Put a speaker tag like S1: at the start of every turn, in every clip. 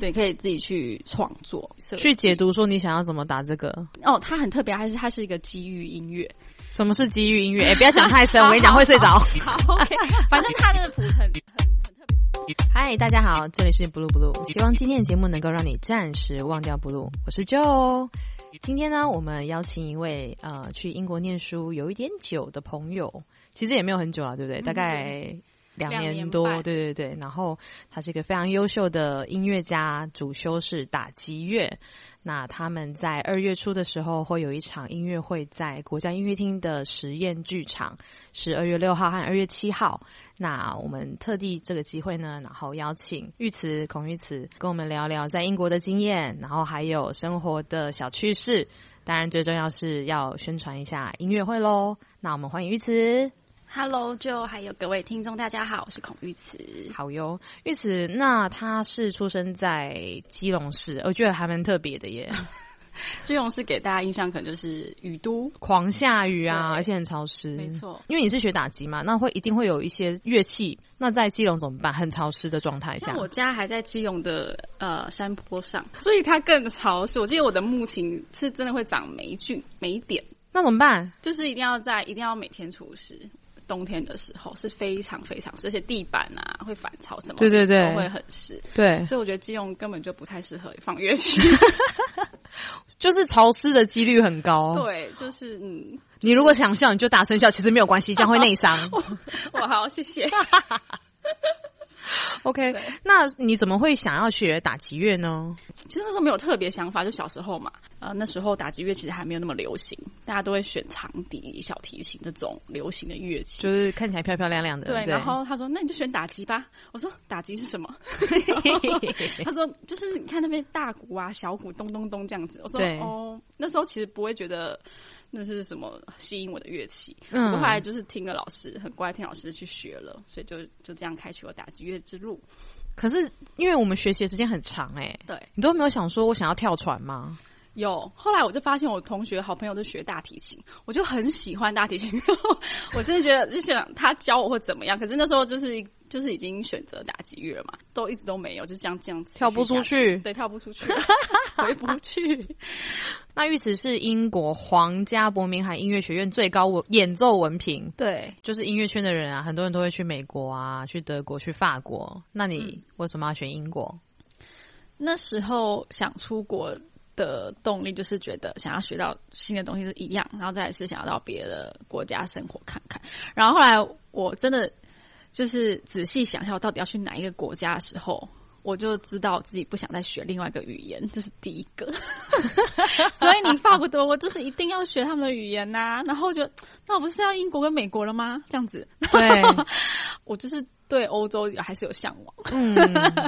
S1: 对，可以自己去创作，
S2: 去解读说你想要怎么打这个。
S1: 哦，它很特别，还是它是一个机遇音乐。
S2: 什么是机遇音乐？哎、欸，不要讲太 深，我跟你讲会睡着。
S1: 好，OK，反 正它的谱很很很特别。
S2: 嗨，大家好，这里是 Blue Blue，希望今天的节目能够让你暂时忘掉 Blue。我是 Joe，今天呢，我们邀请一位呃去英国念书有一点久的朋友，其实也没有很久了，对不对？嗯、大概。两年多，对对对，然后他是一个非常优秀的音乐家，主修是打击乐。那他们在二月初的时候会有一场音乐会，在国家音乐厅的实验剧场，是二月六号和二月七号。那我们特地这个机会呢，然后邀请玉慈孔玉慈跟我们聊聊在英国的经验，然后还有生活的小趣事。当然，最重要是要宣传一下音乐会喽。那我们欢迎玉慈。
S1: Hello，就还有各位听众，大家好，我是孔玉慈。
S2: 好哟，玉慈，那他是出生在基隆市，我觉得还蛮特别的 耶。
S1: 基隆市给大家印象可能就是雨都，嗯
S2: 狂下雨啊，而且很潮湿。
S1: 没错，
S2: 因为你是学打击嘛，那会一定会有一些乐器。那在基隆怎么办？很潮湿的状态下，
S1: 我家还在基隆的呃山坡上，所以它更潮湿。我记得我的木琴是真的会长霉菌、霉点，
S2: 那怎么办？
S1: 就是一定要在，一定要每天除湿。冬天的时候是非常非常湿，而且地板啊会反潮什么，
S2: 对对对，
S1: 都会很 湿。
S2: 对，
S1: 所以我觉得基隆根本就不太适合放乐 器，
S2: 就是潮湿的几率很高。哦
S1: 对，就是嗯，
S2: 你如果想笑你就大声笑，其实没有关系，这样会内伤。
S1: 我,我好，谢 谢。
S2: OK，那你怎么会想要学打击乐呢？
S1: 其实那时候没有特别想法，就小时候嘛，呃，那时候打击乐其实还没有那么流行，大家都会选长笛、小提琴这种流行的乐器，
S2: 就是看起来漂漂亮亮的。
S1: 对，
S2: 对
S1: 然后他 说：“那你就选打击吧。”我说：“打击是什么？” 他说：“就是你看那边大鼓啊、小鼓咚咚咚这样子。”我说：“哦，那时候其实不会觉得。”那是什么吸引我的乐器？嗯，后来就是听了老师，很乖，听老师去学了，所以就就这样开启我打击乐之路。
S2: 可是因为我们学习的时间很长哎、欸，
S1: 对
S2: 你都没有想说我想要跳船吗？
S1: 有，后来我就发现我同学好朋友都学大提琴，我就很喜欢大提琴。然后我真的觉得就想他教我会怎么样，可是那时候就是就是已经选择打击乐嘛，都一直都没有，就是像这样子
S2: 跳不出 去，
S1: 对，跳不出 去，回不去。
S2: 那玉慈是英国皇家伯明翰音乐学院最高文演奏文凭，
S1: 对，
S2: 就是音乐圈的人啊，很多人都会去美国啊，去德国，去法国。那
S1: 嗯
S2: 你为什么要选英国？
S1: 那时候想出国。的动力就是觉得想要学到新的东西是一样，然后再是想要到别的国家生活看看。然后后来我真的就是仔细想一下，我到底要去哪一个国家的时候，我就知道自己不想再学另外一个语言，这是第一个。所以你法国、德国就是一定要学他们的语言呐、啊。然后就那我不是要英国跟美国了吗？这样子，
S2: 对
S1: 我就是。对欧洲还是有向往，
S2: 嗯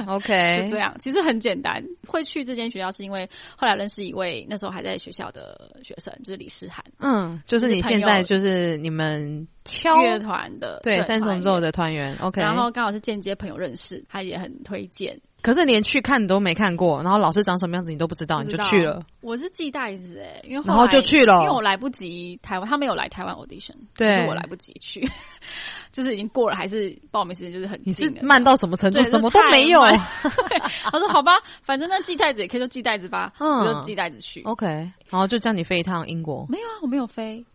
S2: ，OK，
S1: 就这样。其实很简单，会去这间学校是因为后来认识一位那时候还在学校的学生，就是李诗涵。
S2: 嗯，就是你现在就是你们敲
S1: 乐团的
S2: 哦对三重奏的团员，OK。
S1: 然后刚好是间接朋友认识，他也很推荐。
S2: 可是连去看你都没看过，然后老师长什么样子你都不知道，
S1: 知
S2: 道你就去了。
S1: 我是记袋子哎、欸，因为
S2: 然后就去了，
S1: 因为我来不及台湾，他们有来台湾 audition，
S2: 对，
S1: 是我来不及去。 就是已经过了，还是报名时间就是很
S2: 你是慢到什么程度？什么都没有。
S1: 我说好吧，反正那寄袋子也可以就寄袋子吧，嗯、我就寄袋子去。
S2: OK，然后就叫你飞一趟英国。
S1: 没有啊，我没有飞，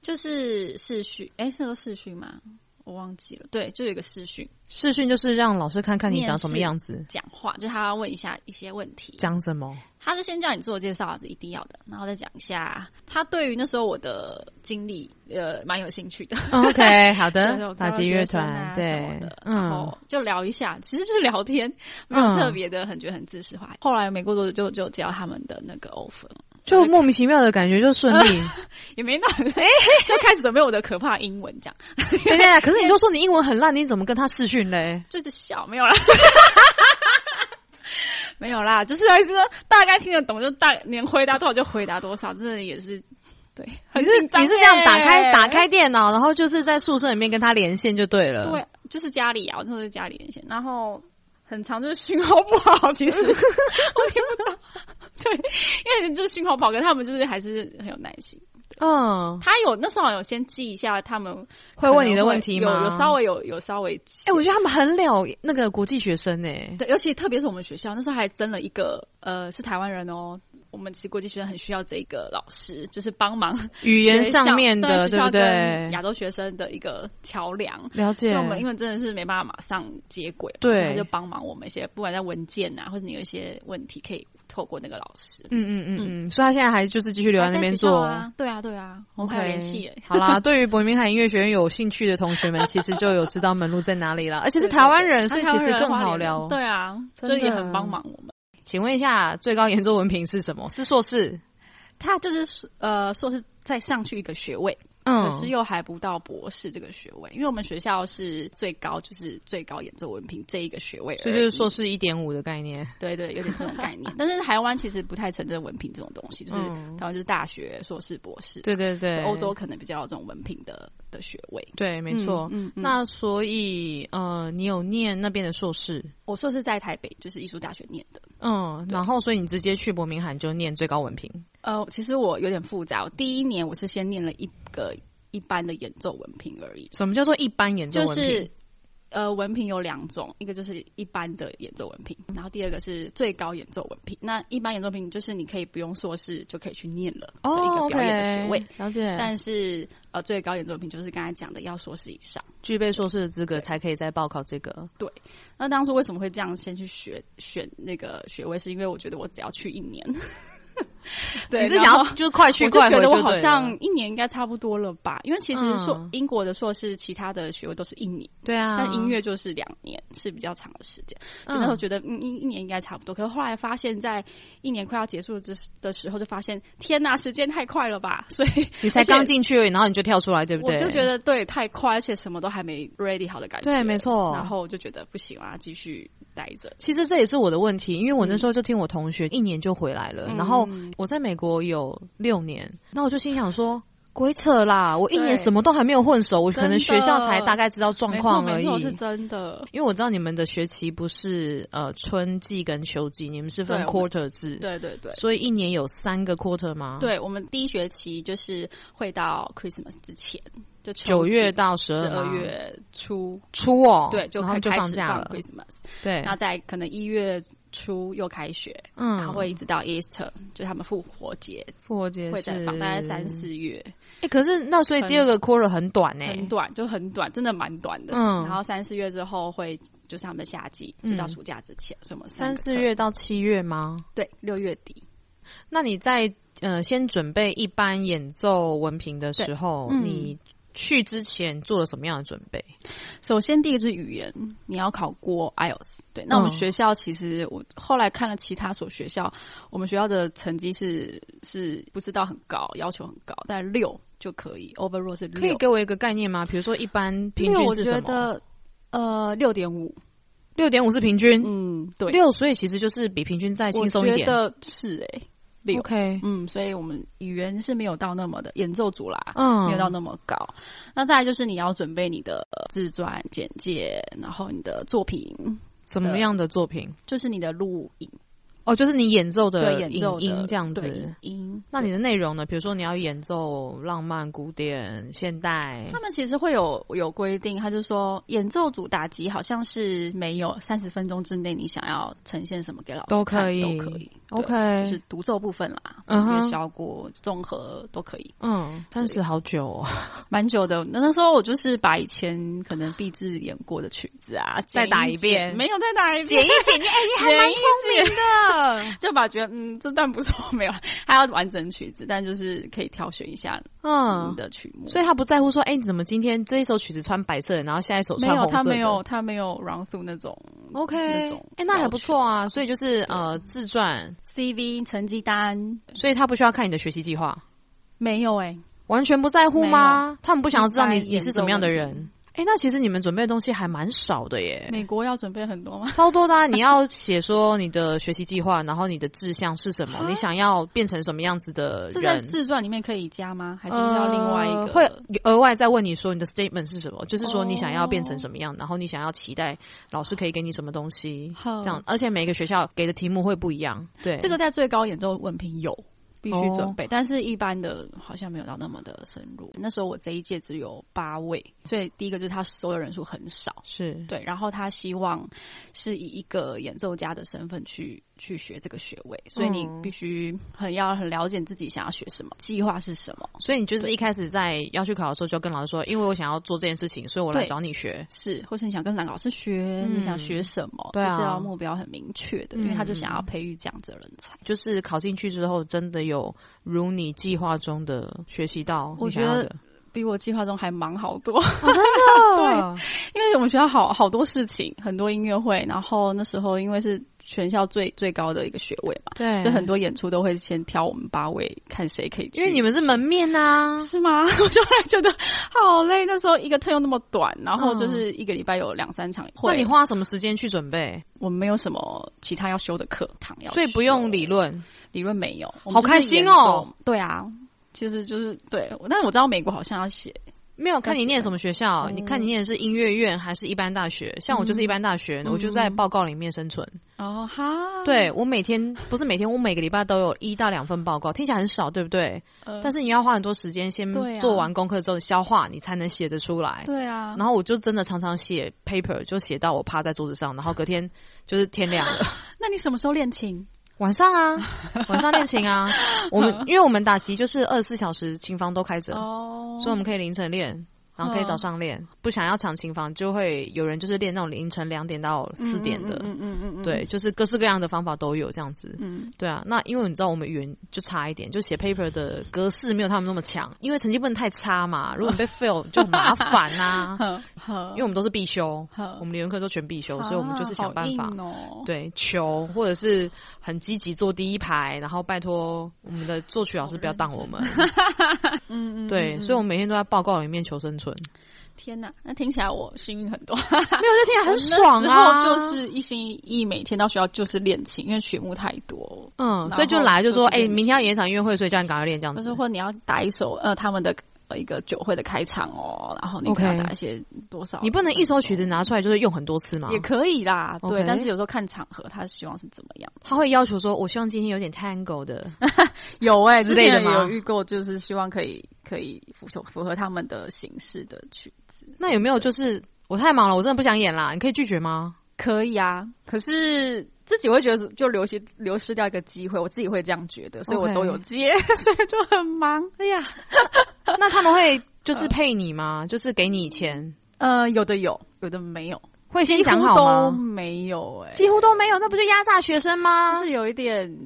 S1: 就是试训。哎、欸，是说试训吗？我忘记了。对，就有一个试训。
S2: 试训就是让老师看看你长什么样子，
S1: 讲话就他要问一下一些问题。
S2: 讲 什么？
S1: 他就先叫你自我介绍，这一定要的，然后再讲一下他对于那时候我的经历，呃，蛮有兴趣的。
S2: 哦 OK，好 的，
S1: 嗯打
S2: 击乐团、
S1: 啊、
S2: 对，嗯
S1: 然后就聊一下，其实就是聊天，没有特别的很觉得很知识化。嗯、后来没过多久就就接到他们的那个 offer，
S2: 就莫名其妙的感觉就顺 利，
S1: 呃、也没那，就开始准备我的可怕英文讲。
S2: 对对，可是你都说你英文很烂，你怎么跟他试训？ 嘞，
S1: 就是小 没有啦，没有啦，就是还是大概听得懂，就大能回答多少就回答多少，真的也是对。
S2: 你是你是这样打开打开电脑，然后就是在宿舍里面跟他连线就对了，
S1: 对，就是家里啊，我真的是家里连线，然后很长就是讯号不 好，其实我听不到，对，因为就是讯号不好，可他们就是还是很有耐心。
S2: 嗯，
S1: 他有那时候好像有先记一下他们
S2: 会问你的问题
S1: 可能会有有
S2: 吗？
S1: 稍。微有有稍微记。
S2: 哎、我觉得他们很了那个国际学生哎、
S1: 对，尤其特别是我们学校那时候还征了一个呃是台湾人哦，我们其实国际学生很需要这一个老师，就是帮忙
S2: 语言
S1: 学校
S2: 上面
S1: 对
S2: 的，对不
S1: 学校跟
S2: 对？
S1: 亚洲学生的一个桥梁。所
S2: 了解
S1: 以，我们英文真的是没办法马上接轨，啊
S2: 对
S1: 所以他就帮忙我们一些，不管在文件啊，或者你有一些问题，可以透过那个老师。
S2: 嗯嗯嗯嗯，所以他现在还就是继续留在那边
S1: 还学校
S2: 做。哦
S1: 啊，对啊，对啊，我们
S2: OK，
S1: 还有联系耶。
S2: 好啦，对于伯明翰音乐学院有兴趣的同学们，其实就有知道门路在哪里了，而且是台湾人，
S1: 啊
S2: 所以其实更好聊。
S1: 对啊，
S2: 真
S1: 所
S2: 的
S1: 以也很帮忙我们。
S2: 请问一下，最高研究文凭是什么？是硕士？
S1: 他就是呃，硕士再上去一个学位，
S2: 嗯
S1: 可是又还不到博士这个学位，因为我们学校是最高就是最高研究文凭这一个学位而已，
S2: 所以就是硕士一点五的概念。
S1: 对对，有点这种概念。但是台湾其实不太承认文凭这种东西，就是
S2: 嗯
S1: 台湾就是大学、硕士、博士。
S2: 对对对，
S1: 欧洲可能比较有这种文凭的的学位。
S2: 对，没错。
S1: 嗯，嗯嗯
S2: 那所以呃，你有念那边的硕士，
S1: 我硕士在台北，就是艺术大学念的。
S2: 嗯，然后所以你直接去伯明翰就念最高文凭。
S1: 呃，其实我有点复杂。我第一年我是先念了一个一般的演奏文凭而已，
S2: 什么叫做一般研究
S1: 就
S2: 文凭？
S1: 是呃，文凭有两种，一个就是一般的演奏文凭，然后第二个是最高演奏文凭。那一般演奏文凭就是你可以不用硕士就可以去念了的一
S2: 哦
S1: 个表演的学位。
S2: ，OK，了解。
S1: 但是呃，最高演奏文凭就是刚才讲的要硕士以上。
S2: 具备硕士的资格才可以再报考这个。
S1: 那当初为什么会这样先去学选那个学位？是因为我觉得我只要去一年， 对，
S2: 你是
S1: 然
S2: 想要
S1: 后
S2: 就是快去
S1: 我就
S2: 快
S1: 觉
S2: 回
S1: 得我
S2: 对
S1: 好
S2: 了
S1: 像一年应该差不多了吧？因为其实硕、
S2: 嗯
S1: 英国的硕士其他的学位都是一年，
S2: 对啊，
S1: 但音乐就是两年，是比较长的时间。就
S2: 嗯
S1: 那时候觉得嗯一一年应该差不多，可是后来发现，在一年快要结束之的时候，就发现天呐，时间太快了吧！所以
S2: 你才
S1: 而且
S2: 刚进去而已，然后你就跳出来，对不
S1: 我
S2: 对？
S1: 就觉得对太快，而且什么都还没 ready 好的感觉。
S2: 对，没。错。
S1: 然后我就觉得不行啊，继续待着。
S2: 其实这也是我的问题，因为我那时候就听我同学一年就回来了，然后
S1: 嗯
S2: 我在美国有六年，那我就心想说。鬼扯啦！我一年
S1: 对
S2: 什么都还没有混熟，我可能
S1: 真的
S2: 学校才大概知道状
S1: 没错，
S2: 况而
S1: 没
S2: 已。
S1: 错，是真的。
S2: 因为我知道你们的学期不是呃春季跟秋季，你们是分
S1: 对我们
S2: quarter 制，
S1: 对对对。
S2: 所以一年有三个 quarter 吗？，
S1: 对我们第一学期就是会到 Christmas 之前，就
S2: 九月到十
S1: 十
S2: 二
S1: 二月初，
S2: 初哦，
S1: 对，就
S2: 然后
S1: 开
S2: 就
S1: 开
S2: 放
S1: 始
S2: 假
S1: 放
S2: 了，
S1: Christmas，
S2: 对，
S1: 那在可能一月初又开学，
S2: 嗯，
S1: 然后会一直到 Easter，就他们复活节
S2: 复活节
S1: 会再放，
S2: 是
S1: 大概三四月，
S2: 欸可是那所以第二个 quarter 很短呢、
S1: 很短，就很短，真的蛮短的。
S2: 嗯
S1: 然后三四月之后会就是他们的夏季，
S2: 嗯
S1: 就到暑假之前，所以我们
S2: 三
S1: 个
S2: 四
S1: 课
S2: 月到七月吗？
S1: 对六月底，
S2: 那你在呃先准备一般演奏文凭的时候，
S1: 对嗯
S2: 你去之前做了什么样的准备？
S1: 首先，第一个就是语言，你要考过 IELTS。对，那我们
S2: 嗯
S1: 学校其实我后来看了其他所学校，我们学校的成绩是是不知道很高，要求很高，但六就可以，overall 是
S2: 可以
S1: 六。
S2: 给我一个概念吗？比如说一般平
S1: 六
S2: 均
S1: 我
S2: 是
S1: 觉
S2: 什么？
S1: 得呃六点五，
S2: 六点五是平均，
S1: 嗯，对，
S2: 六、所以其实就是比平均再轻松一
S1: 我觉。
S2: 点
S1: 得是
S2: 欸
S1: 哎、六
S2: OK，
S1: 嗯，所以我们语言是没有到那么的演奏组啦，
S2: 嗯，
S1: 没有到那么高。那再来就是你要准备你的自传、简介，然后你的作品，
S2: 什么样的作品？
S1: 就是你的录影。
S2: 哦，就是你演奏的
S1: 对演
S2: 影
S1: 奏的
S2: 音这样
S1: 对
S2: 子。
S1: 音。
S2: 那你的内容呢？比如说你要演奏浪漫、古典、现代
S1: 他，们其实会有有规定，他就说演奏组打击好像是没有三十分钟之内你想要呈现什么给老师
S2: 都
S1: 看
S2: 可以
S1: 都可以对
S2: OK
S1: 就是独奏部分啦，
S2: 嗯
S1: 嗯
S2: 哼
S1: 乐效果、综合都可以，
S2: 嗯，但是好久哦，
S1: 蛮久的。那那时候我就是把以前可能毕志演过的曲子啊，
S2: 再
S1: 剪
S2: 打一
S1: 剪
S2: 遍
S1: 没有再打一遍，
S2: 剪，你哎，你
S1: 还蛮
S2: 聪 明的，
S1: 就把觉得嗯这段不错， 没有还要完整曲子，但就是可以挑选一下你
S2: 嗯。
S1: 的曲目。
S2: 所以他不在乎说，哎、你怎么今天这一首曲子穿白色的，然后下一首
S1: 没
S2: 穿
S1: 有
S2: 红色
S1: 他
S2: 的？
S1: 没有他没有 round through 那种
S2: OK，
S1: 那
S2: 哎
S1: 种、
S2: 那还
S1: 要
S2: 不
S1: 求
S2: 错啊。所以就是呃，自传，
S1: CV 成绩单
S2: 所以他不需要看你的学习计划，
S1: 没有哎、
S2: 完全不在乎
S1: 没
S2: 吗？他们不想要知道你
S1: 一般
S2: 你是什么样的
S1: 严重
S2: 人。哎、那其实你们准备的东西还蛮少的耶，
S1: 美国要准备很多吗？
S2: 超多的、啊。你要写说你的学习计划，然后你的志向是什么，你想要变成什么样子的
S1: 这在
S2: 人，
S1: 自传里面可以加吗？还是是要另外一
S2: 呃
S1: 个？
S2: 会额外再问你说你的 statement 是什么，就是说你想要
S1: 哦
S2: 变成什么样，然后你想要期待老师可以给你什么东西，
S1: 好
S2: 这样，而且每个学校给的题目会不一样。对，哦
S1: 这个在最高演奏文凭有。必须准备，但是一般的好像没有到那么的深入。那时候我这一届只有八位，所以第一个就是他所有人数很少，
S2: 是
S1: 对。然后他希望是以一个演奏家的身份去去学这个学位，所以你
S2: 嗯
S1: 必须很要很了解自己想要学什么，计划是什么。
S2: 所以你就是一开始在要去考的时候，就跟老师说，因为我想要做这件事情，所以我来
S1: 对
S2: 找你学。
S1: 是，或是你想跟哪个老师学，
S2: 嗯
S1: 你想学什么，
S2: 对啊
S1: 就是要目标很明确的，因为他就想要
S2: 嗯
S1: 培育这样子的人才。
S2: 就是考进去之后，真的有如你计划中的学习到
S1: 我
S2: 你想
S1: 觉
S2: 要
S1: 得
S2: 的，
S1: 比我计划中还忙好多，
S2: 哦
S1: 因为我们学校好好多事情，很多音乐会，然后那时候因为是全校最最高的一个学位嘛，
S2: 对，
S1: 就很多演出都会先挑我们八位，看谁可以去。
S2: 因为你们是门面啊呐、
S1: 是吗？ 我就会觉得好累。那时候一个特用那么短，然后就是一个礼拜有两三场
S2: 嗯那
S1: 会。
S2: 你花什么时间去准备？
S1: 我们没有什么其他要修的课堂要，
S2: 所以不用理，论，
S1: 理论没有。我们
S2: 好
S1: 就是
S2: 开心
S1: 演
S2: 哦
S1: 奏！对啊，其实就是对，但是我知道美国好像要写
S2: 没有看你念什么学校，
S1: 哦
S2: 你看你念的是音乐院还是一般大学？像我就是一般大学，
S1: 嗯
S2: 我就在报告里面生存。
S1: 哦哈，
S2: 对我每天不是每天，我每个礼拜都有一到两份报告，听起来很少，对不对？
S1: 呃，
S2: 但是你要花很多时间先
S1: 对啊
S2: 做完功课之后消化，你才能写得出来。
S1: 对啊，
S2: 然后我就真的常常写 paper，就写到我趴在桌子上，然后隔天就是天亮了，
S1: 那你什么时候练琴？
S2: 晚上 啊，晚上练琴啊。我们因为我们打击就是二十四小时琴房都开着，
S1: 嗯哦嗯
S2: 所以我们可以凌晨练，然后可以早上练。不想要抢琴房，就会有人就是练那种凌晨两点到四点的，
S1: 嗯嗯嗯嗯，
S2: 对，，就是各式各样的方法都有这样子。
S1: 嗯
S2: 对啊，那因为你知道我们语言就差一点，就写 paper 的格式没有他们那么强，因为成绩不能太差嘛，如果 你被 fail 就很麻烦呐、
S1: 呵呵
S2: 因为我们都是必修，
S1: 呵
S2: 我们的语文课都全必修，所以我们就是想办法
S1: 啊好。硬哦、
S2: 对，求或者是很积极坐第一排，然后拜托我们的作曲老师不要当我们。
S1: 嗯，嗯嗯，
S2: 对，所以我每天都在报告里面求生存，
S1: 天哪，那听起来我幸运很多，
S2: 没有就听起来很爽啊。
S1: 然后就是一心一意，每天到学校就是练琴，因为曲目太多。
S2: 嗯，
S1: 然
S2: 所以就
S1: 后
S2: 来就
S1: 就
S2: 说，
S1: 是
S2: 哎、
S1: 练
S2: 明天要演一场音乐会，所以叫你赶快练这样
S1: 就
S2: 子
S1: 是。或你要打一首呃他们的呃一个酒会的开场哦，然后你可能
S2: OK
S1: 要打一些多少？
S2: 你不能一首曲子拿出来就是用很多次嘛？
S1: 也可以啦，对
S2: OK
S1: 但是有时候看场合，他希望是怎么样。
S2: 他会要求说，我希望今天有点 tango 的，
S1: 有哎、
S2: 之
S1: 之
S2: 类的
S1: 前
S2: 吗
S1: 有预购，就是希望可以可以符合符合他们的形式的曲子，
S2: 那有没有就是我太忙了，我真的不想演啦，你可以拒绝吗？
S1: 可以啊。可是自己会觉得就流失流失掉一个机会，我自己会这样觉得，所以我
S2: OK
S1: 都有接 所以就很忙。
S2: 哎呀，那他们会就是配你吗？就是给你钱，
S1: 呃，有的有，有的没有，
S2: 会先
S1: 几
S2: 讲
S1: 乎
S2: 好
S1: 都
S2: 吗？
S1: 没有哎、
S2: 几乎都没有，那不就压榨学生吗？
S1: 就是有一点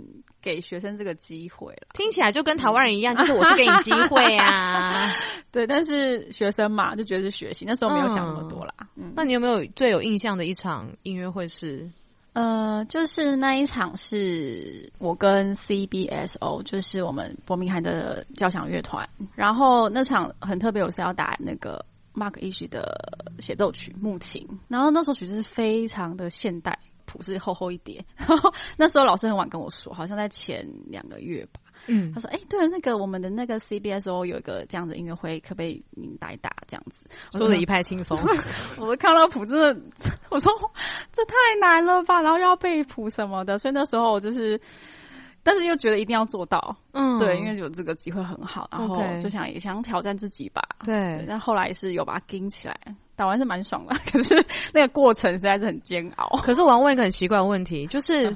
S1: 给学生这个机会了。
S2: 听起来就跟台湾人一样，就是我是给你机会啊。
S1: 对，但是学生嘛，就觉得是学习，那时候没有想那么多啦。嗯，
S2: 那你有没有最有印象的一场音乐会是？
S1: 呃，就是那一场是我跟 CBSO，就是我们伯明翰的交响乐团，然后那场很特别，我是要打那个 Mark i s h 的协奏曲木琴，然后那首曲子是非常的现代。谱是厚厚一叠，然后那时候老师很晚跟我说，好像在前两个月吧。
S2: 嗯
S1: 他，说：“哎、对了，那个我们的那个 CBSO 有一个这样子的音乐会，可不可以你打一打这样子？”我
S2: 说的一派轻松。
S1: 我看到谱真的，我说这太难了吧，然后又要背谱什么的，所以那时候我就是，但是又觉得一定要做到，
S2: 嗯，
S1: 对，因为有这个机会很好，然后
S2: OK
S1: 就想也想挑战自己吧。对，
S2: 对，
S1: 但后来是有把它盯起来，打完是蛮爽的，可是那个过程实在是很煎熬。
S2: 可是我要问一个很奇怪的问题，就是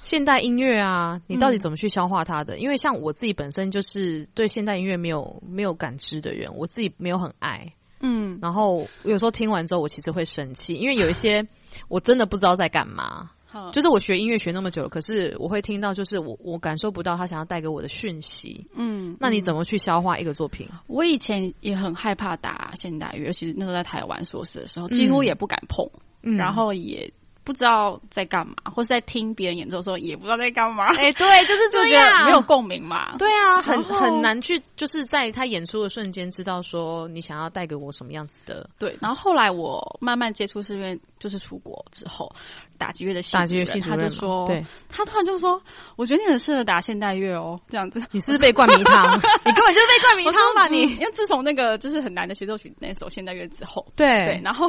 S2: 现代音乐啊，你到底怎么去消化它的？因为像我自己本身就是对现代音乐没有没有感知的人，我自己没有很爱。
S1: 嗯，
S2: 然后有时候听完之后，我其实会生气，因为有一些我真的不知道在干嘛。
S1: 好
S2: 就是我学音乐学那么久了，可是我会听到，就是我我感受不到他想要带给我的讯息。
S1: 嗯，
S2: 那你怎么去消化一个作品？
S1: 我以前也很害怕打现代乐，尤其是那时候在台湾硕士的时候，几乎也不敢碰，
S2: 嗯
S1: 然后也不知道在干嘛，或是在听别人演奏的时候也不知道在干嘛，
S2: 哎、对，就是
S1: 就
S2: 这
S1: 觉得
S2: 样，
S1: 没有共鸣嘛。
S2: 对啊，很
S1: 然后
S2: 很难去，就是在他演出的瞬间知道说你想要带给我什么样子的
S1: 对，然后后来我慢慢接触是因为就是出国之后，打击乐的系
S2: 打击乐系
S1: 人
S2: 主
S1: 他
S2: 任
S1: 就
S2: 嘛
S1: 说，
S2: 对，
S1: 他突然就说，我觉得你很适合打现代乐哦，这样子。
S2: 你是不是被灌 迷汤？你根本就是被灌迷
S1: 我说
S2: 汤吧
S1: 嗯
S2: 你？
S1: 因为自从那个就是很难的协奏曲那首现代乐之后，对，
S2: 对，
S1: 然后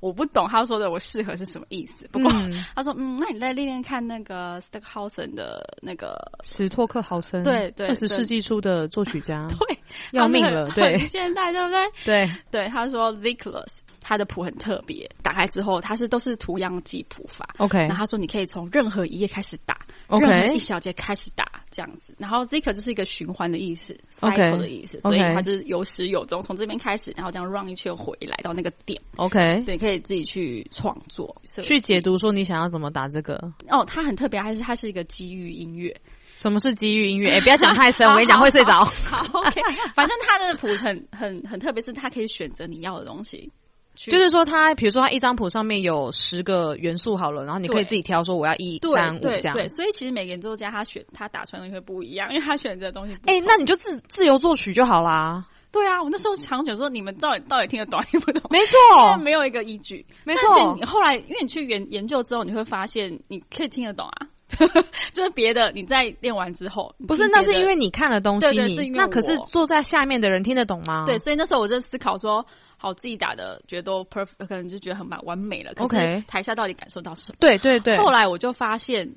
S1: 我不懂他说的我适合是什么意思。不过、
S2: 嗯
S1: 他说，嗯，那你再练练看那个 Stockhausen 的那个，
S2: 史托克豪森，
S1: 对对
S2: 二十
S1: 对
S2: 世纪初的作曲家，
S1: 对，
S2: 要命
S1: 他那个
S2: 了，对
S1: 很现代对不对？
S2: 对，
S1: 对，他说 Ziklas 他的谱很特别，打开之后他是都是图样记谱法。
S2: OK
S1: 然后他说你可以从任何一页开始打
S2: OK
S1: 任何一小节开始打这样子。然后 Zika 就是一个循环的意思
S2: OK
S1: cycle 的意思，所以
S2: OK
S1: 它就是有始有终，从这边开始，然后这样 run 一圈回来到那个点。
S2: OK，
S1: 对，可以自己去创作。设计
S2: 去解读说你想要怎么打 这个？
S1: 哦，它很特别，它是它是一个机遇音 乐。
S2: 什么是机遇音乐？哎、不要讲 太深，我跟你讲
S1: 好
S2: 会睡着。
S1: 好，OK，反正它的谱很很很特别，是它可以选择你要的东西。去
S2: 就是说它，比如说它一张谱上面有十个元素好了，然后你可以
S1: 对
S2: 自己挑，说我要一
S1: 对
S2: 三五
S1: 对
S2: 这样。
S1: 对，所以其实每个人作家他选他打出来的东西会不一样，因为他选择的东西不。
S2: 哎、那你就自自由作曲就好啦。
S1: 对啊，我那时候常觉得说你们到底到底听得懂听不懂？
S2: 没
S1: 但
S2: 错，
S1: 没有一个依据，
S2: 没
S1: 但是
S2: 错
S1: 你，后来，因为你去研研究之后，你会发现你可以听得懂啊， 就是别的你在练完之后，你
S2: 不是，
S1: 听别
S2: 那
S1: 的
S2: 是因为你看了东西，
S1: 对对
S2: 你
S1: 是因为
S2: 那可是
S1: 我
S2: 坐在下面的人听得懂吗？
S1: 对，所以那时候我就思考说，好，自己打的觉得都 perfect，可能就觉得很蛮完美了。可
S2: OK
S1: 是台下到底感受到什么？
S2: 对对对。
S1: 后来我就发现，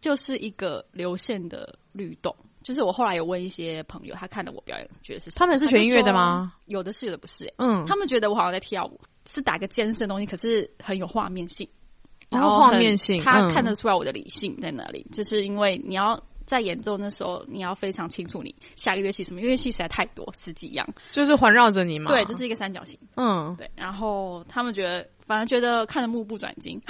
S1: 就是一个流线的律动。就是我后来有问一些朋友，他看了我表演，觉得是什么
S2: 他们是学音乐的？吗？
S1: 他就说有的是，有的不是、欸
S2: 嗯，
S1: 他们觉得我好像在跳舞，是打个健身的东西，可是很有画面性。
S2: 哦
S1: 然后
S2: 画
S1: 很
S2: 面性
S1: 他
S2: 嗯
S1: 看得出来我的理性在哪里，就是因为你要在演奏那时候，你要非常清楚你下个乐器什么，因为乐器实在太多，十几样，
S2: 就是环绕着你嘛。
S1: 对，就是一个三角形，
S2: 嗯，
S1: 对。然后他们觉得，反正觉得看得目不转睛，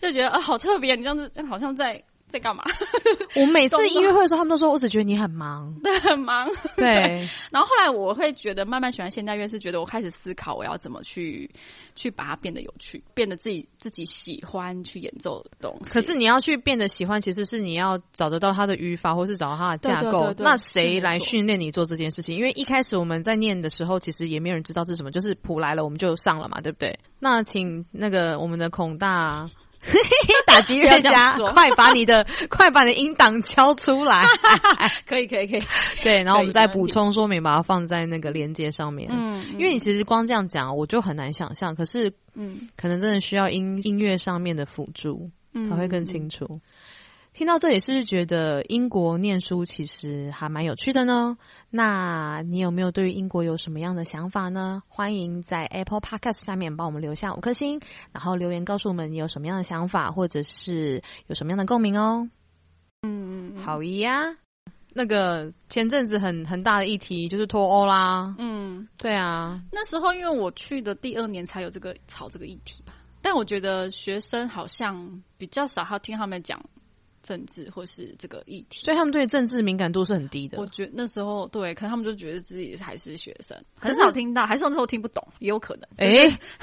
S1: 就觉得啊、好特别，你这样子好像在在干嘛？
S2: 我每次
S1: 懂
S2: 音乐会的时候，他们都说我只觉得你很忙。
S1: 对，很忙。
S2: 对，
S1: 然后后来我会觉得慢慢喜欢现代乐，是觉得我开始思考我要怎么去去把它变得有趣，变得自己自己喜欢去演奏的东西。
S2: 可是你要去变得喜欢，其实是你要找得到它的语法，或是找到它的架
S1: 对对
S2: 构。
S1: 对对
S2: 那
S1: 是
S2: 谁
S1: 没
S2: 来
S1: 错
S2: 训练你做这件事情？因为一开始我们在念的时候，其实也没有人知道这是什么，就是谱来了我们就上了嘛，对不对？那请那个我们的孔大 打击乐
S1: 不要这样
S2: 家，
S1: 说
S2: 快把你的 快把你的音档敲出 来。
S1: 可以可以可以，
S2: 对，然后我们再
S1: 没问
S2: 补
S1: 题
S2: 充说明，把它放在那个连接上面。
S1: 嗯，
S2: 因为你其实光这样讲，我就很难想象。可是
S1: 嗯
S2: 可能真的需要音音乐上面的辅助。
S1: 嗯
S2: 才会更清楚。听到这里，是不是觉得英国念书其实还蛮有趣的呢？那你有没有对于英国有什么样的想法呢？欢迎在 Apple Podcast 下面帮我们留下五颗星，然后留言告诉我们你有什么样的想法，或者是有什么样的共鸣哦。
S1: 嗯嗯
S2: 好呀，那个前阵子很很大的议题就是脱欧啦，
S1: 嗯，
S2: 对啊，
S1: 那时候因为我去的第二年才有这个炒这个议题吧，但我觉得学生好像比较少要听他们讲政治或是这个议题。
S2: 所以他们对政治敏感度是很低的
S1: 我。觉得那时候对，可能他们就觉得自己还是学生，
S2: 可
S1: 很
S2: 是
S1: 少听到，还是我那时候听不懂，也有可能。
S2: 诶，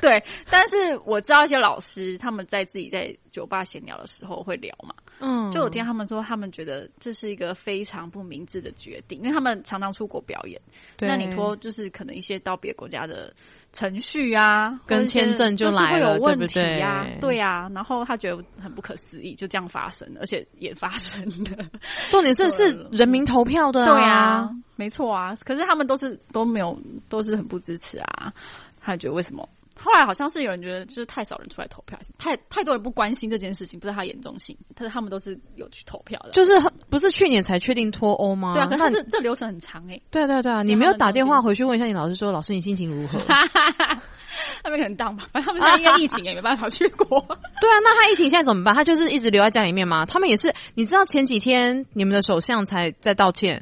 S1: 对，但是我知道一些老师他们在自己在酒吧闲聊的时候会聊嘛，
S2: 嗯，
S1: 就我听他们说，他们觉得这是一个非常不明智的决定，因为他们常常出国表演，
S2: 对
S1: 那你拖就是可能一些到别国家的程序啊，
S2: 跟
S1: 或者是
S2: 签证就
S1: 就是
S2: 来
S1: 会
S2: 了
S1: 有问
S2: 对不
S1: 题
S2: 对
S1: 呀、对呀、然后他觉得很不可思议，就这样发生，而且也发生 了，
S2: 重点是是人民投票的、啊
S1: 呀、，没错啊，可是他们都是都没有，都是很不支持啊，他觉得为什么？后来好像是有人觉得，就是太少人出来投票，太太多人不关心这件事情，不知道它严重性，但是他们都是有去投票的。
S2: 就是很不是去年才确定脱欧吗？
S1: 对啊，可是
S2: 那
S1: 它
S2: 你
S1: 是这流程很长哎、
S2: 对对对啊，你
S1: 他
S2: 没有
S1: 们
S2: 打
S1: 中
S2: 电话
S1: 间
S2: 回去问一下你老师说，老师你心情如何？ 对
S1: 哈哈哈， 他们可能当吧，反正他们现在因为疫情也没办法去国。
S2: 啊，那他疫情现在怎么办？他就是一直留在家里面吗？他们也是，你知道前几天你们的首相才在道歉，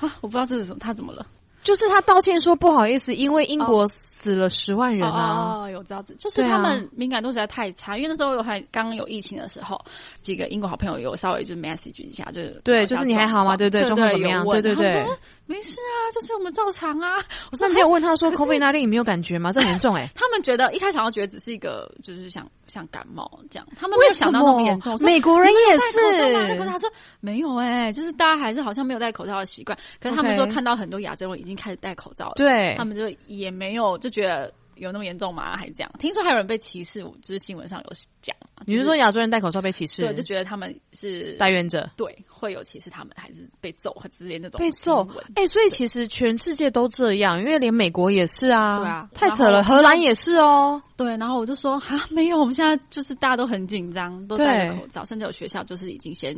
S1: 啊，我不知道这是什么，他怎么了？
S2: 就是他道歉说不好意思，因为英国死了十万人啊。
S1: 哦，有这样子，就是
S2: 对啊
S1: 他们敏感度实在太差，因为那时候我还刚有疫情的时候，几个英国好朋友有稍微就 message 一下，就是
S2: 对
S1: 聊一下
S2: 就是你还好吗
S1: 状况
S2: 对对
S1: 啊对，
S2: 状况怎么样
S1: 有问
S2: 对对对
S1: 他们说没事啊，就是我们照常啊。我
S2: 我
S1: 说
S2: 上
S1: 没
S2: 次
S1: 有
S2: 有。问他说
S1: 可是
S2: ，COVID 那里你没有感觉吗？这很严重哎、
S1: 他们觉得一开始好像觉得只是一个，就是像像感冒这样，他们没
S2: 为
S1: 有
S2: 什
S1: 想到那
S2: 么
S1: 么严重。我？说
S2: 美国人也
S1: 戴口罩吗戴口罩
S2: 是，
S1: 他说没有哎、就是大家还是好像没有戴口罩的习惯。可是他们
S2: OK
S1: 说看到很多亚洲人已经开始戴口罩了，
S2: 对
S1: 他，们就也没有就觉得有那么严重吗？还这样？听说还有人被歧视，就是新闻上有讲嘛。
S2: 你是说亚洲人戴口罩被歧视？
S1: 对，就觉得他们是
S2: 戴愿者
S1: 对会有歧视他们，还是被揍或之类那种
S2: 被揍
S1: 新闻？
S2: 哎、所以其实全世界都这样，因为连美国也是啊，
S1: 对啊
S2: 太扯了，
S1: 然后
S2: 荷兰也是哦。
S1: 对，然后我就说啊，没有，我们现在就是大家都很紧张，都戴着
S2: 对
S1: 口罩，甚至有学校就是已经先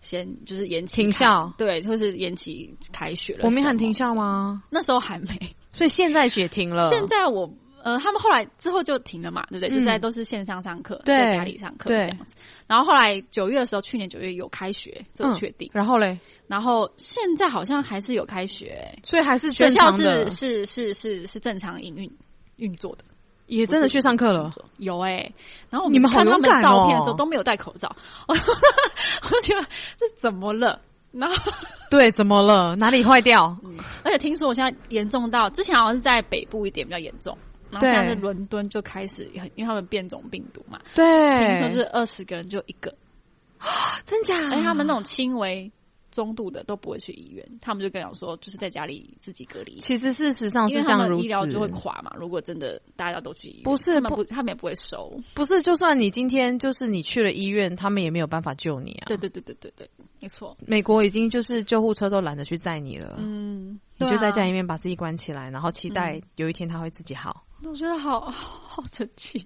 S1: 先就是延期
S2: 停
S1: 开
S2: 校，
S1: 对，就是延期开学了。
S2: 伯明
S1: 什
S2: 翰
S1: 么
S2: 停，校吗？
S1: 那时候还没。
S2: 所以现在也停了。
S1: 现在我呃，他们后来之后就停了嘛，对不对？
S2: 嗯
S1: 就在都是线上上课，
S2: 对
S1: 在家里上课
S2: 对
S1: 这样子。然后后来九月的时候，去年九月有开学，这我
S2: 嗯
S1: 确定。
S2: 然后嘞，
S1: 然后现在好像还是有开学，
S2: 所以还是
S1: 学
S2: 正
S1: 校
S2: 常的
S1: 是，是是是是正常营运运作的。
S2: 也真的去上课了。。
S1: 有哎、然后我
S2: 你们好
S1: 看他
S2: 勇敢
S1: 们照片的时候
S2: 哦
S1: 都没有戴口罩， 我我觉得这怎么了？然后，
S2: 对，怎么了？哪里坏掉？
S1: 而且听说我现在严重到之前好像是在北部一点比较严重，然后
S2: 对
S1: 现在在伦敦就开始很，因为他们变种病毒嘛，听
S2: 对，
S1: 说是二十个人就一个，
S2: 真假？
S1: 而且他们那种轻微。中度的都不会去医院，他们就跟我说，就是在家里自己隔离，
S2: 其实事实上
S1: 因
S2: 哦是
S1: 为
S2: 这
S1: 他
S2: 样
S1: 们
S2: 如
S1: 医疗就会
S2: 此，
S1: 垮嘛。如果真的大家都去医院，
S2: 不是
S1: 他们
S2: 不
S1: 不，他们也不会收。
S2: 不是就算你今天就是你去了医院，他们也没有办法救你啊。
S1: 对对对对对对，没错。
S2: 美国已经就是救护车都懒得去载你了，
S1: 嗯，
S2: 你
S1: 对
S2: 就在
S1: 啊
S2: 家里面把自己关起来，然后期待有一天他会自己好，
S1: 我觉得好 好神奇，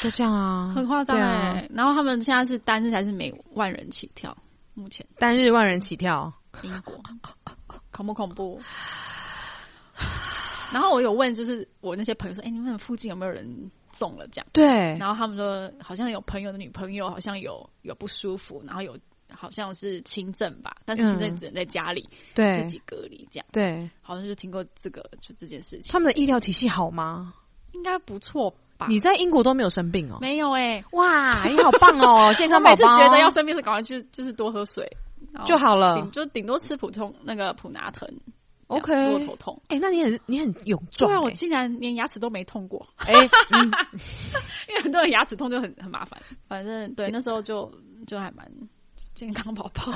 S2: 都这样啊，
S1: 很夸张
S2: 对
S1: 哎、
S2: 啊，
S1: 然后他们现在是单日才是每万人起跳，目前
S2: 单日万人起跳，
S1: 英国 恐不恐怖？ 然后我有问，就是我那些朋友说，哎、你们附近有没有人中了这样？
S2: 对，
S1: 然后他们说，好像有朋友的女朋友好像有有不舒服，然后有好像是轻症吧，但是轻症
S2: 嗯
S1: 只能在家里、
S2: 对
S1: 自，己隔离这样，
S2: 对，
S1: 好像就听过这个就这件事情，
S2: 他们的医疗体系好吗？
S1: 应该不错吧？
S2: 你在英国都没有生病哦，
S1: 啊没有哎、
S2: 哇，你好棒 哦，健
S1: 我
S2: 康宝
S1: 每次
S2: 宝，
S1: 觉得要哦生病是赶快去，就是多喝水然后
S2: 就好了
S1: 顶。就顶多吃普通那个普拿疼。这样
S2: OK，
S1: 如果头痛，
S2: 哎、那你很你很勇
S1: 对
S2: 壮、
S1: 啊，我
S2: 欸，
S1: 竟然连牙齿都没痛过，
S2: 哎、 嗯
S1: 因为 很多人牙齿痛就很很麻烦。反正对那时候就就还蛮健康宝 宝。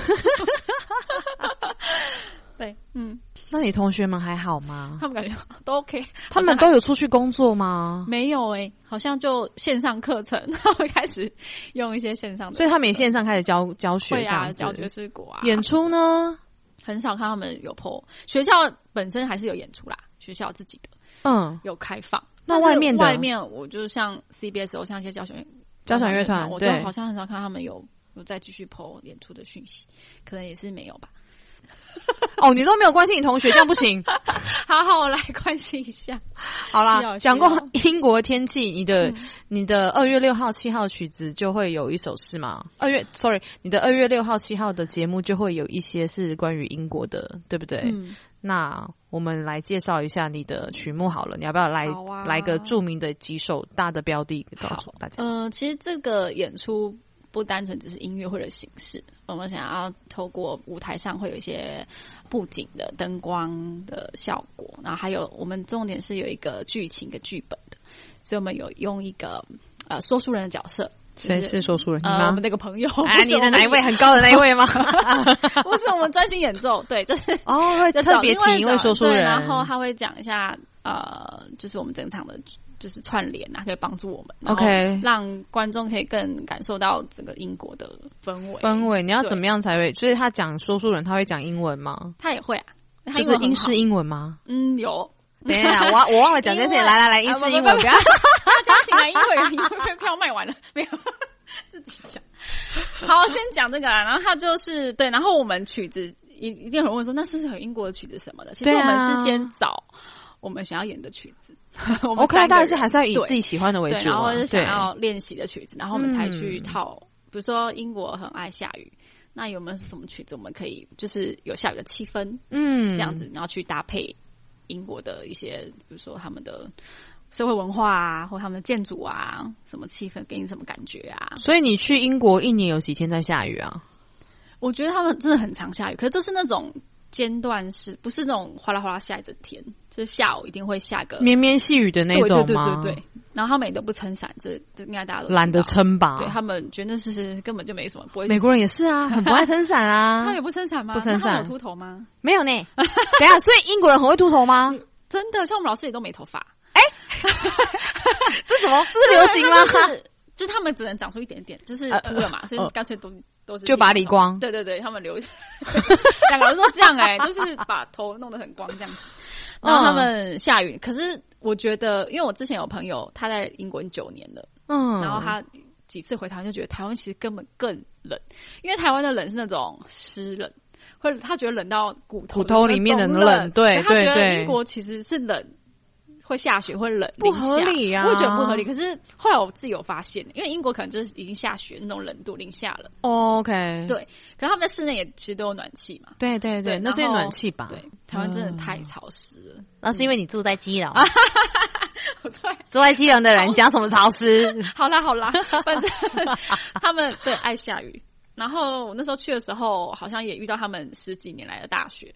S1: 对，嗯，
S2: 那你同学们还好吗？
S1: 他们感觉 都 OK，
S2: 他们都有出去工作吗？
S1: 没有哎、好像就线上课程， 他们开始用一些线上的，
S2: 所以他们也线上开始教教学
S1: 会
S2: 这
S1: 啊，
S2: 样子。
S1: 教爵士鼓啊，
S2: 演出呢？
S1: 很少看他们有 PO。学校本身还是有演出啦，学校自己的
S2: 嗯，
S1: 有开放。但
S2: 那
S1: 是
S2: 外面的
S1: 外面，我就像 CBS，我像一些交响乐
S2: 交响乐团
S1: 团，我就
S2: 对
S1: 好，像很少看他们有有再继续 PO 演出的讯息，可能也是没有吧。
S2: 哦，你都没有关心你同学，这样不行。
S1: 好好，我来关心一下。
S2: 好
S1: 需要
S2: 啦，讲过
S1: 需要嗯
S2: 英国天气，你的、你的二月六号、七号曲子就会有一首是吗？二月，sorry，你的二月六号、七号的节目就会有一些是关于英国的，对不对？
S1: 嗯，
S2: 那我们来介绍一下你的曲目好了，你要不要来、
S1: 好啊
S2: 来个著名的几首大的标的告诉大家？
S1: 呃，其实这个演出不单纯只是音乐会的形式，我们想要透过舞台上会有一些布景的灯光的效果，然后还有我们重点是有一个剧情跟剧本的，所以我们有用一个呃说书人的角色。
S2: 谁
S1: 就是
S2: 说书人？你
S1: 呃，我
S2: 吗
S1: 们？那个朋 友，
S2: 哎、
S1: 不 是
S2: 你的
S1: 我们
S2: 哪一位？很高的那一位吗？
S1: 不是我们专心演奏，对，就是
S2: 哦，会
S1: 就
S2: 特
S1: 找
S2: 别
S1: 另外
S2: 请一位
S1: 找
S2: 说书
S1: 对
S2: 人，
S1: 然后他会讲一下呃，就是我们整场的，就是串联啊，可以帮助我们然后
S2: OK
S1: 让观众可以更感受到整个英国的氛围。
S2: 氛，围，你要
S1: 对
S2: 怎么样才会？所以他讲说书人，他会讲英文吗？
S1: 他也会啊，他
S2: 就是
S1: 文很
S2: 英
S1: 好
S2: 式，英文吗？
S1: 嗯， 有。
S2: 等一下，我我忘了讲这件事情。
S1: 英文
S2: 来来来，英
S1: 啊
S2: 式
S1: 不
S2: 英
S1: 不
S2: 文，
S1: 不
S2: 不要。
S1: 大家请来英文，英文票卖完了没有？自己讲。好，先讲这个啦。然后他就是对，然后我们曲子一一定有人问说，那是不是有英国的曲子什么的？其实
S2: 对
S1: 我
S2: 啊
S1: 们是先找我们想要演的曲子。我们
S2: OK，
S1: 三个
S2: 当然是
S1: 人
S2: 还是要以
S1: 对
S2: 自己喜欢的为
S1: 对，
S2: 主
S1: 然后
S2: 啊。
S1: 就
S2: 对
S1: 想，要练习的曲子，然后我们才去
S2: 嗯
S1: 套。比如说英国很爱下雨，那有没有什么曲子我们可以就是有下雨的气氛
S2: 嗯，
S1: 这样子，然后去搭配英国的一些，比如说他们的社会文化啊，或他们的建筑啊，什么气氛给你什么感觉啊？
S2: 所以你去英国一年有几天在下雨啊？
S1: 我觉得他们真的很常下雨，可是都是那种间断式，不是那种哗啦哗啦下一整天，就是下午一定会下个。
S2: 绵绵细雨的那
S1: 对对
S2: 种
S1: 呃对
S2: 吗？
S1: 对对，然后他们也都不撑伞，这这应该大家都知
S2: 懒得
S1: 道
S2: 撑吧？
S1: 对他们觉得那是根本就没什么，不会去
S2: 美国人也是啊，很不爱撑伞
S1: 他
S2: 啊
S1: 也，不撑伞吗？
S2: 不撑
S1: 那他
S2: 伞
S1: 有秃头吗？
S2: 没有呢。等一下，所以英国人很会秃头吗？
S1: 真的，像我们老师也都没头发。
S2: 这什么？这是流行 吗？呃
S1: 就是就是他们只能长出一点点，就是秃了嘛，所以干脆都都是
S2: 就把它理光
S1: 对对对，他们留两个人都这样哎、就是把头弄得很光这样子。然
S2: 嗯
S1: 后他们下雨，可是我觉得，因为我之前有朋友他在英国已经九年了，
S2: 嗯，
S1: 然后他几次回台湾就觉得台湾其实根本更冷，因为台湾的冷是那种湿冷，或者他觉得冷到骨头
S2: 骨头里面的
S1: 那种
S2: 冷对
S1: 他觉
S2: 对对
S1: 得英国其实是冷。会下雪，会冷，
S2: 不合
S1: 零下
S2: 理啊
S1: 我会觉得不合理。可是后来我自己有发现，因为英国可能就是已经下雪那种冷度，零下了。
S2: 哦 OK，
S1: 对可是他们在室内也其实都有暖气嘛。
S2: 对对
S1: 对
S2: 对，那是因
S1: 然后
S2: 为暖气吧？
S1: 对，台湾真的
S2: 嗯
S1: 太潮湿 了。
S2: 那是因为你住在基隆，
S1: 我突然
S2: 住在基隆的人讲什么潮湿？
S1: 好啦好 啦，反正 他们对爱下雨。然后我那时候去的时候，好像也遇到他们十几年来的大雪，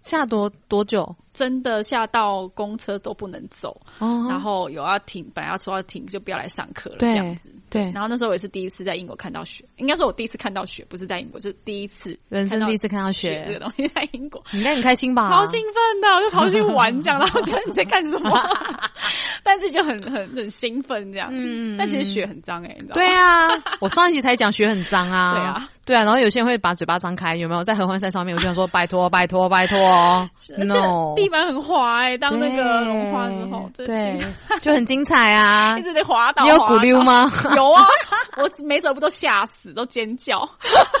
S2: 下多多久？
S1: 真的下到公车都不能走，
S2: 哦
S1: 然后有要停，本来要说要停就不要来上课了这样
S2: 对
S1: 子。
S2: 对，
S1: 然后那时候我也是第一次在英国看到雪，应该说我第一次看到雪，不是在英国，就是第一次
S2: 人生
S1: 看到
S2: 第一次看到
S1: 雪这个
S2: 雪，啊
S1: 东西在英 国。
S2: 你应该很开心吧？
S1: 超兴奋的，我 就跑去玩这样，然后觉得你在干什么， 但自己就很很很兴奋这样。
S2: 嗯嗯嗯
S1: 但其实雪很脏哎、你知道吗？
S2: 对 啊，我上一集才讲雪很脏啊，
S1: 对啊，
S2: 对啊，然后有些人会把嘴巴张开，有没有在合欢山上 面？我就想说，拜托，拜托，拜托哦
S1: 而
S2: ，no，
S1: 且地板很滑哎、当那个
S2: 对
S1: 融化之后，真的
S2: 对，就很精彩 啊
S1: 一！直得滑倒。
S2: 你有
S1: 滑
S2: 骨
S1: 倒
S2: 溜？吗？
S1: 有啊，我每走不都吓死，都尖叫。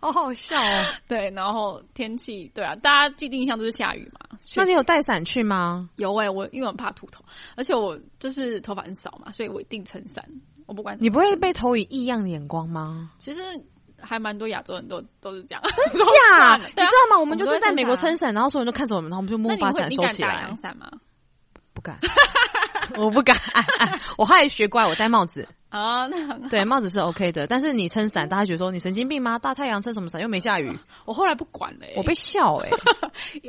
S2: 好好笑 哦！
S1: 对，然后天气对啊，大家既定印象都是下雨嘛。
S2: 那你
S1: 确实
S2: 有带伞去吗？
S1: 有哎、我因为我很怕秃头，而且我就是头发很少嘛，所以我一定撑伞，我不管什么
S2: 你不会被投以异样的眼光吗？
S1: 其实还蛮多亚洲人都 都是这样，
S2: 呀，
S1: 对
S2: 你
S1: 啊
S2: 知道吗？我们
S1: 我们
S2: 就
S1: 都
S2: 是
S1: 会
S2: 在美国
S1: 撑伞
S2: 撑伞，然后所有人都看着我们，然后我们就默
S1: 那
S2: 默
S1: 你
S2: 把
S1: 会
S2: 伞
S1: 你
S2: 收
S1: 敢
S2: 起
S1: 打
S2: 来
S1: 阳。伞吗？
S2: 不敢，我不敢。 我后来学乖，我戴帽子，
S1: 啊，那很 好。
S2: 对，帽子是 OK 的。但是你撑伞，大家觉得说你神经病吗？大太阳撑什么伞？又没下雨，
S1: 我后来不管了、欸，
S2: 我被笑哎、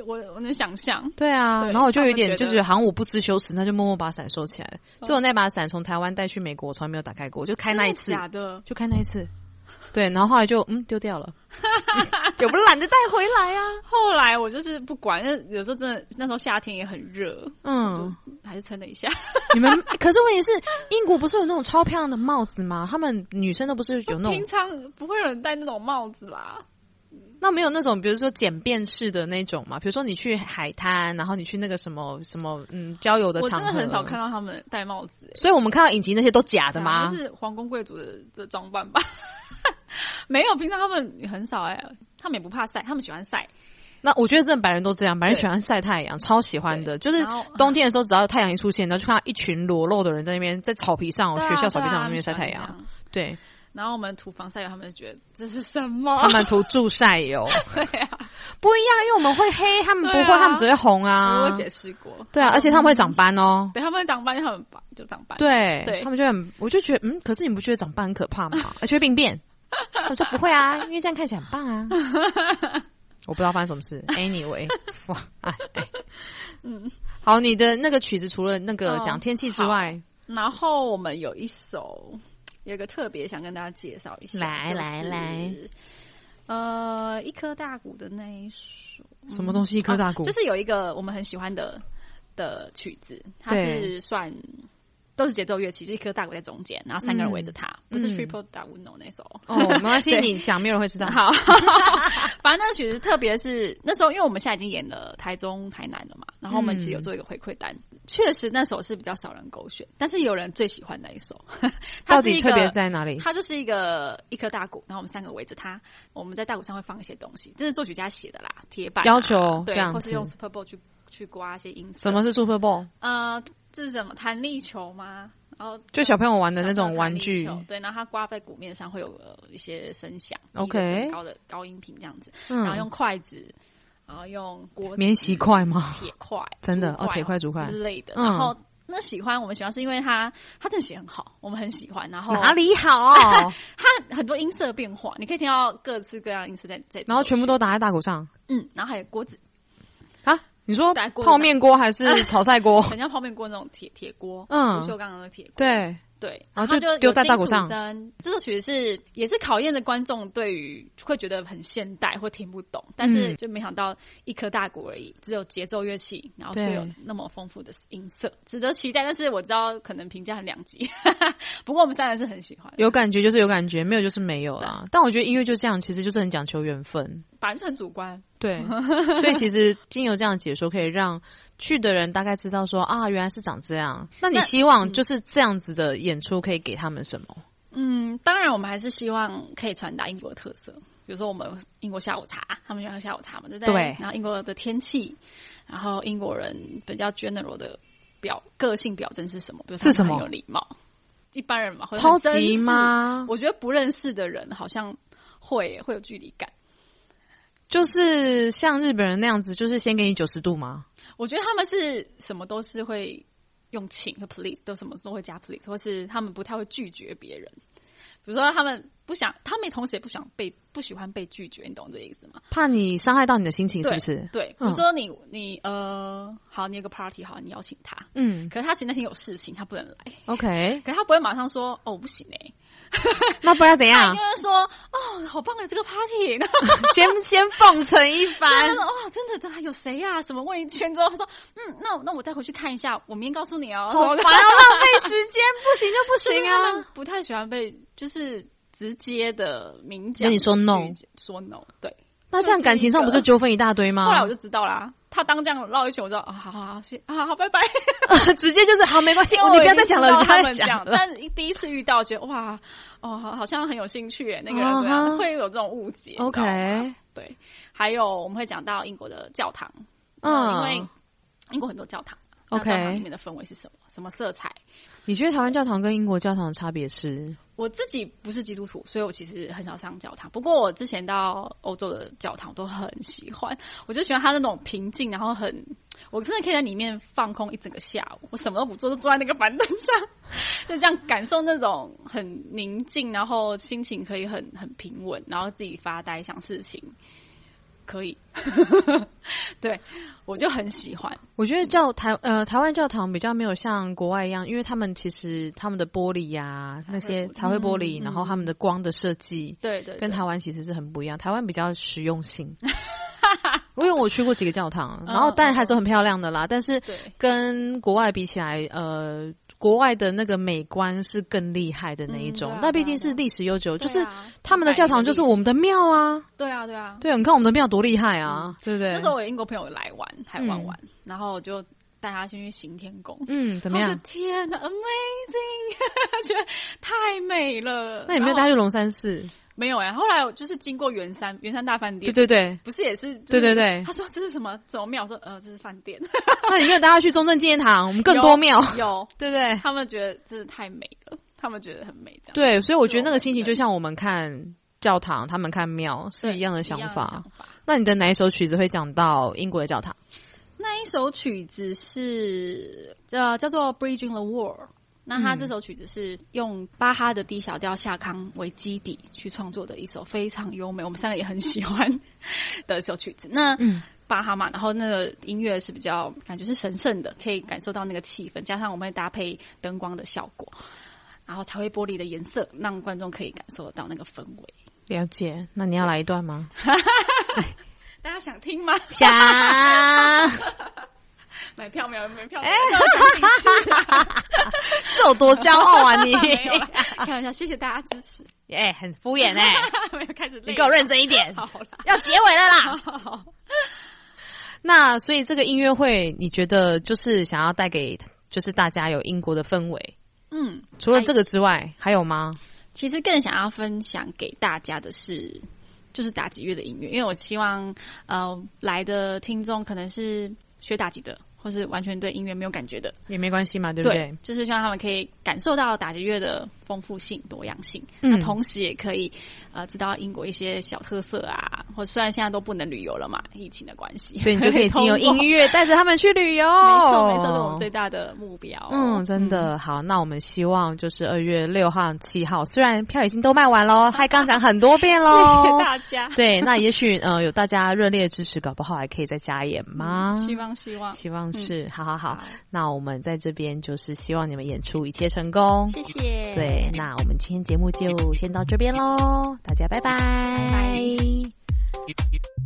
S1: 我我能想象，
S2: 对啊，
S1: 对
S2: 然后我就有一
S1: 他
S2: 点
S1: 们觉得嗯
S2: 就觉得好像我不知羞耻，那就默默把伞收起来了。所以我那把伞从台湾带去美国，我从来没有打开过，我就开那一次
S1: 真的，假的？
S2: 就开那一次。对，然后后来就嗯 丢掉了，也不懒得带回来啊。
S1: 后来我就是不管，那有时候真的那时候夏天也很热，
S2: 嗯，
S1: 还是撑了一下。
S2: 你们可是问题是，英国不是有那种超漂亮的帽子吗？他们女生都不是有那种
S1: 平，常不会有人戴那种帽子啦，
S2: 那没有那种，比如说简便式的那种嘛？比如说你去海滩，然后你去那个什么什么嗯郊游的
S1: 我
S2: 场
S1: 真
S2: 合，
S1: 的很少看。到他们戴帽子、欸。
S2: 所以我们看到影集那些都假的吗？
S1: 就是皇宫贵族的的装扮吧？ 没有，平常他们很少哎、他们也不怕晒，他们喜欢晒。
S2: 那我觉得真的白人都这样，白人
S1: 对
S2: 喜欢晒太阳，超喜欢的。就是
S1: 然后
S2: 冬天的时候，只要太阳一出现，然后就看到一群裸露的人在那边在草皮上哦，
S1: 对啊
S2: 学校草皮
S1: 对
S2: 上
S1: 啊
S2: 那边晒
S1: 他们
S2: 太
S1: 喜欢
S2: 阳
S1: 这。样
S2: 对，
S1: 然后我们涂防晒油，他们就觉得这是什么？
S2: 他们涂助晒油，
S1: 对啊，
S2: 不一样，因为我们会黑，他们不会，
S1: 对啊
S2: 他们只会红
S1: 我
S2: 啊
S1: 有。解释过。
S2: 对啊，而且他们会长斑哦。
S1: 对，他们长斑，他们吧就长斑。
S2: 对，
S1: 对
S2: 他们就很，我就觉得，嗯，可是你不觉得长斑很可 怕吗？而且会病变？我说不会啊，因为这样看起来很棒 啊。我不知道发生什么事，anyway，哇，哎，哎
S1: 嗯，
S2: 好，你的那个曲子除了那个
S1: 哦
S2: 讲天气之
S1: 好
S2: 外，
S1: 然后我们有一首，有一个特别想跟大家介绍一下，
S2: 来
S1: 就是
S2: 来来，
S1: 呃，一颗大鼓的那一首，
S2: 什么东西？一颗大鼓、
S1: 啊就是有一个我们很喜欢的的曲子，它
S2: 对
S1: 是算。都是节奏乐器，就一颗大鼓在中间，然后三个人围着它，不是
S2: 嗯
S1: triple 打 uno 那首。
S2: 哦，没关系，
S1: 对
S2: 你讲没有人会知道。
S1: 好， 反正那曲子特别是那时候，因为我们现在已经演了台中、台南了嘛，然后我们其实有做一个回馈单，
S2: 嗯
S1: 确实那首是比较少人勾选，但是有人最喜欢那一首。 它
S2: 到
S1: 是
S2: 底
S1: 一
S2: 特别
S1: 个，
S2: 在哪里？
S1: 它就是一个一颗大鼓，然后我们三个围着它，我们在大鼓上会放一些东西，这是作曲家写的啦，铁板啊、
S2: 要求这
S1: 对，
S2: 样
S1: 或
S2: 子
S1: 是用 Super Bowl 去去刮一些音色。
S2: 什么是 Super Bowl？
S1: 呃，这是什么弹力球吗？然后
S2: 就小朋友玩的那种
S1: 弹力
S2: 玩具
S1: 球，对，然后它刮在鼓面上会有呃一些声响
S2: OK
S1: 一个声高的高音频这样子，
S2: 嗯
S1: 然后用筷子，然后用锅子
S2: 免洗筷吗？
S1: 铁块，
S2: 真的
S1: 竹
S2: 哦，铁块、竹筷，
S1: 之类的，
S2: 嗯
S1: 然后。那喜欢我们喜欢是因为它，它真的写很好，我们很喜欢。然后
S2: 哪 里好？
S1: 它很多音色变化，你可以听到各式各样的音色在在。
S2: 然后全部都打在大鼓上
S1: 嗯，然后还有锅子，
S2: 啊？你说
S1: 打在锅子上
S2: 泡面锅还是炒菜锅？
S1: 很像泡面锅那种铁铁锅，
S2: 嗯
S1: 不锈钢的那个铁锅。
S2: 对，
S1: 对，
S2: 然后
S1: 他
S2: 就丢在大鼓上
S1: 有金属声这首曲子是也是考验着观众对于会觉得很现代或听不懂，但是
S2: 嗯
S1: 就没想到一颗大鼓而已，只有节奏乐器，然后却
S2: 对
S1: 有那么丰富的音色，值得期待。但是我知道可能评价很两极， 不过我们三人是很喜欢，
S2: 有感觉就是有感觉，没有就是没有啦。但我觉得音乐就这样，其实就是很讲求缘分。
S1: 反正很主观。
S2: 对， 所以其实经由这样的解说，可以让去的人大概知道说啊，原来是长这样。那你
S1: 那
S2: 希望就是这样子的演出可以给他们什么？
S1: 嗯，当然我们还是希望可以传达英国的特色，比如说我们英国下午茶，他们喜欢喝下午茶嘛，对不对？
S2: 对
S1: 然后英国的天气，然后英国人比较 general 的表个性表征是什么？比如说
S2: 是什么
S1: 他们很有礼貌，一般人嘛，或者
S2: 超
S1: 很
S2: 级
S1: 绅士？
S2: 吗？
S1: 我觉得不认识的人好像会会有距离感。
S2: 就是像日本人那样子，就是先给你九十度吗？
S1: 我觉得他们是什么都是会用请和 please，都什么都会加 please，或是他们不太会拒绝别人。比如说，他们不想，他们同时也不想被不喜欢被拒绝，你懂这个意思吗？
S2: 怕你伤害到你的心情，是不是？
S1: 对，比
S2: 嗯
S1: 如说你、你呃，好，你有个 party，好，你邀请他，
S2: 嗯
S1: 可是他其实那天有事情，他不能来，
S2: ，OK，
S1: 可是他不会马上说哦，我不行哎、
S2: 那不然怎
S1: 他
S2: 样
S1: 一定？会说哦，好棒的这个 party，然后
S2: 先 先奉承一
S1: 他
S2: 番
S1: 就说哇，真的真的有谁呀、什么问一圈之后，他说嗯，那那我再回去看一下，我明天告诉你哦。
S2: 好烦，要浪费时间， 不行就不
S1: 就是
S2: 行
S1: 他们
S2: 啊！
S1: 不太喜欢被就是直接的明讲，
S2: 跟你说 no
S1: 说 no，对。
S2: 那这样感情上不是啊纠纷一大堆吗？
S1: 后来我就知道啦，他当这样绕一圈，我知道啊，好好好，谢啊，好，拜拜。
S2: 直接就是好，没关系，
S1: 因为
S2: 你
S1: 我
S2: 不要
S1: 已
S2: 再
S1: 经
S2: 讲
S1: 知
S2: 了，
S1: 道
S2: 你不
S1: 他
S2: 要再
S1: 们
S2: 讲了。
S1: 但一第一次遇到，觉得哇，哦，好好像很有兴趣耶，那个人
S2: 啊
S1: 怎么样
S2: 哈
S1: 会有这种误解你知道
S2: OK，
S1: 吗对，还有我们会讲到英国的教堂，
S2: 嗯
S1: 嗯，因为英国很多教堂。那
S2: OK
S1: 教堂里面的氛围是什么？什么色彩？
S2: 你觉得台湾教堂跟英国教堂的差别是？
S1: 我自己不是基督徒，所以我其实很少上教堂。不过我之前到欧洲的教堂都很喜欢，我就喜欢它那种平静，然后很，我真的可以在里面放空一整个下午，我什么都不做，就坐在那个板凳上， 就这样感受那种很宁静，然后心情可以很很平稳，然后自己发呆想事情，可以。 对，我就很喜欢。
S2: 我觉得教台呃台湾教堂比较没有像国外一样，因为他们其实他们的玻璃呀、那些彩绘玻璃，嗯然后他们的光的设计
S1: 对对
S2: 跟
S1: 对
S2: 台湾其实是很不一样，台湾比较实用 性。因为我去过几个教堂，然后
S1: 嗯
S2: 当然还是很漂亮的啦，但是
S1: 对
S2: 跟国外比起来，呃，国外的那个美观是更厉害的那一种
S1: 嗯对啊。
S2: 那毕竟是历史悠久，就
S1: 对
S2: 是
S1: 啊
S2: 他们的教堂就是我们的庙啊，
S1: 对啊对啊，
S2: 对，你看我们的庙多厉害啊，对不对？
S1: 嗯那时候我有英国朋友来玩，台湾玩，然后我就带他先去行天宫。
S2: 嗯，
S1: 怎
S2: 怎么样？
S1: 天哪，amazing！觉 得太美了。
S2: 那有没
S1: 然
S2: 有带
S1: 后
S2: 去龙山寺？
S1: 没有哎、后来我就是经过圆山，圆山大饭
S2: 对
S1: 店，
S2: 对对，
S1: 不是也是？就是
S2: 对对对
S1: 他说这是什么？怎么庙？我说呃，这是饭店。
S2: 那你没有带他去中正纪念堂，我们更多庙，
S1: 有有，
S2: 对不对？
S1: 他们觉得真的太美了，他们觉得很美，这样
S2: 对，所以我觉得那个心情就像我们看教堂，他们看庙是一样的
S1: 哦一样
S2: 想
S1: 的
S2: 法。
S1: 想法
S2: 那你的哪一首曲子会讲到英国的教堂？
S1: 那一首曲子是呃叫做《Bridging the Wall》，那他这首曲子是用巴哈的 D 小调下康为基底去创作的一首非常优美，我们三个也很喜欢的一首曲子。那
S2: 嗯
S1: 巴哈嘛，然后那个音乐是比较感觉是神圣的，可以感受到那个气氛，加上我们会搭配灯光的效果，然后彩绘玻璃的颜色，让观众可以感受得到那个氛围。
S2: 了解，那你要来一段吗？
S1: 大家想听吗？
S2: 想，
S1: 买票没有？买票没有？大家想进去啊
S2: 这有多骄傲啊你！
S1: 没有啦，开玩笑，谢谢大家支持。
S2: 哎、很敷衍哎、
S1: 没有开始累了，
S2: 你给我认真一点，
S1: 好啦。
S2: 要结尾了啦。
S1: 好
S2: 那所以这个音乐会，你觉得就是想要带给就是大家有英国的氛围？
S1: 嗯，
S2: 除了这个之外，还有吗？
S1: 其实更想要分享给大家的是，就是打击乐的音乐，因为我希望呃来的听众可能是学打击的，或是完全对音乐没有感觉的，
S2: 也没关系嘛，对不对？
S1: 就是希望他们可以感受到打击乐的丰富性、多样性，
S2: 嗯
S1: 那同时也可以呃知道英国一些小特色啊，或虽然现在都不能旅游了嘛，疫情的关系，
S2: 所以你就可以经 由音
S1: 乐。
S2: 乐带着他们去旅游。
S1: 哦没错，没错，这是我们最大的目标。
S2: 嗯，真的、好。那我们希望就是二月六号、七号，虽然票已经都卖完喽，还刚讲很多遍喽，
S1: 嗯谢谢大家。
S2: 对，那也许呃有大家热烈支持，搞不好还可以再加演吗？
S1: 嗯希望，希望。
S2: 希望是，好好好
S1: 好。
S2: 那我们在这边就是希望你们演出一切成功。
S1: 谢谢。
S2: 对，那我们今天节目就先到这边喽，大家拜拜。
S1: 拜
S2: 拜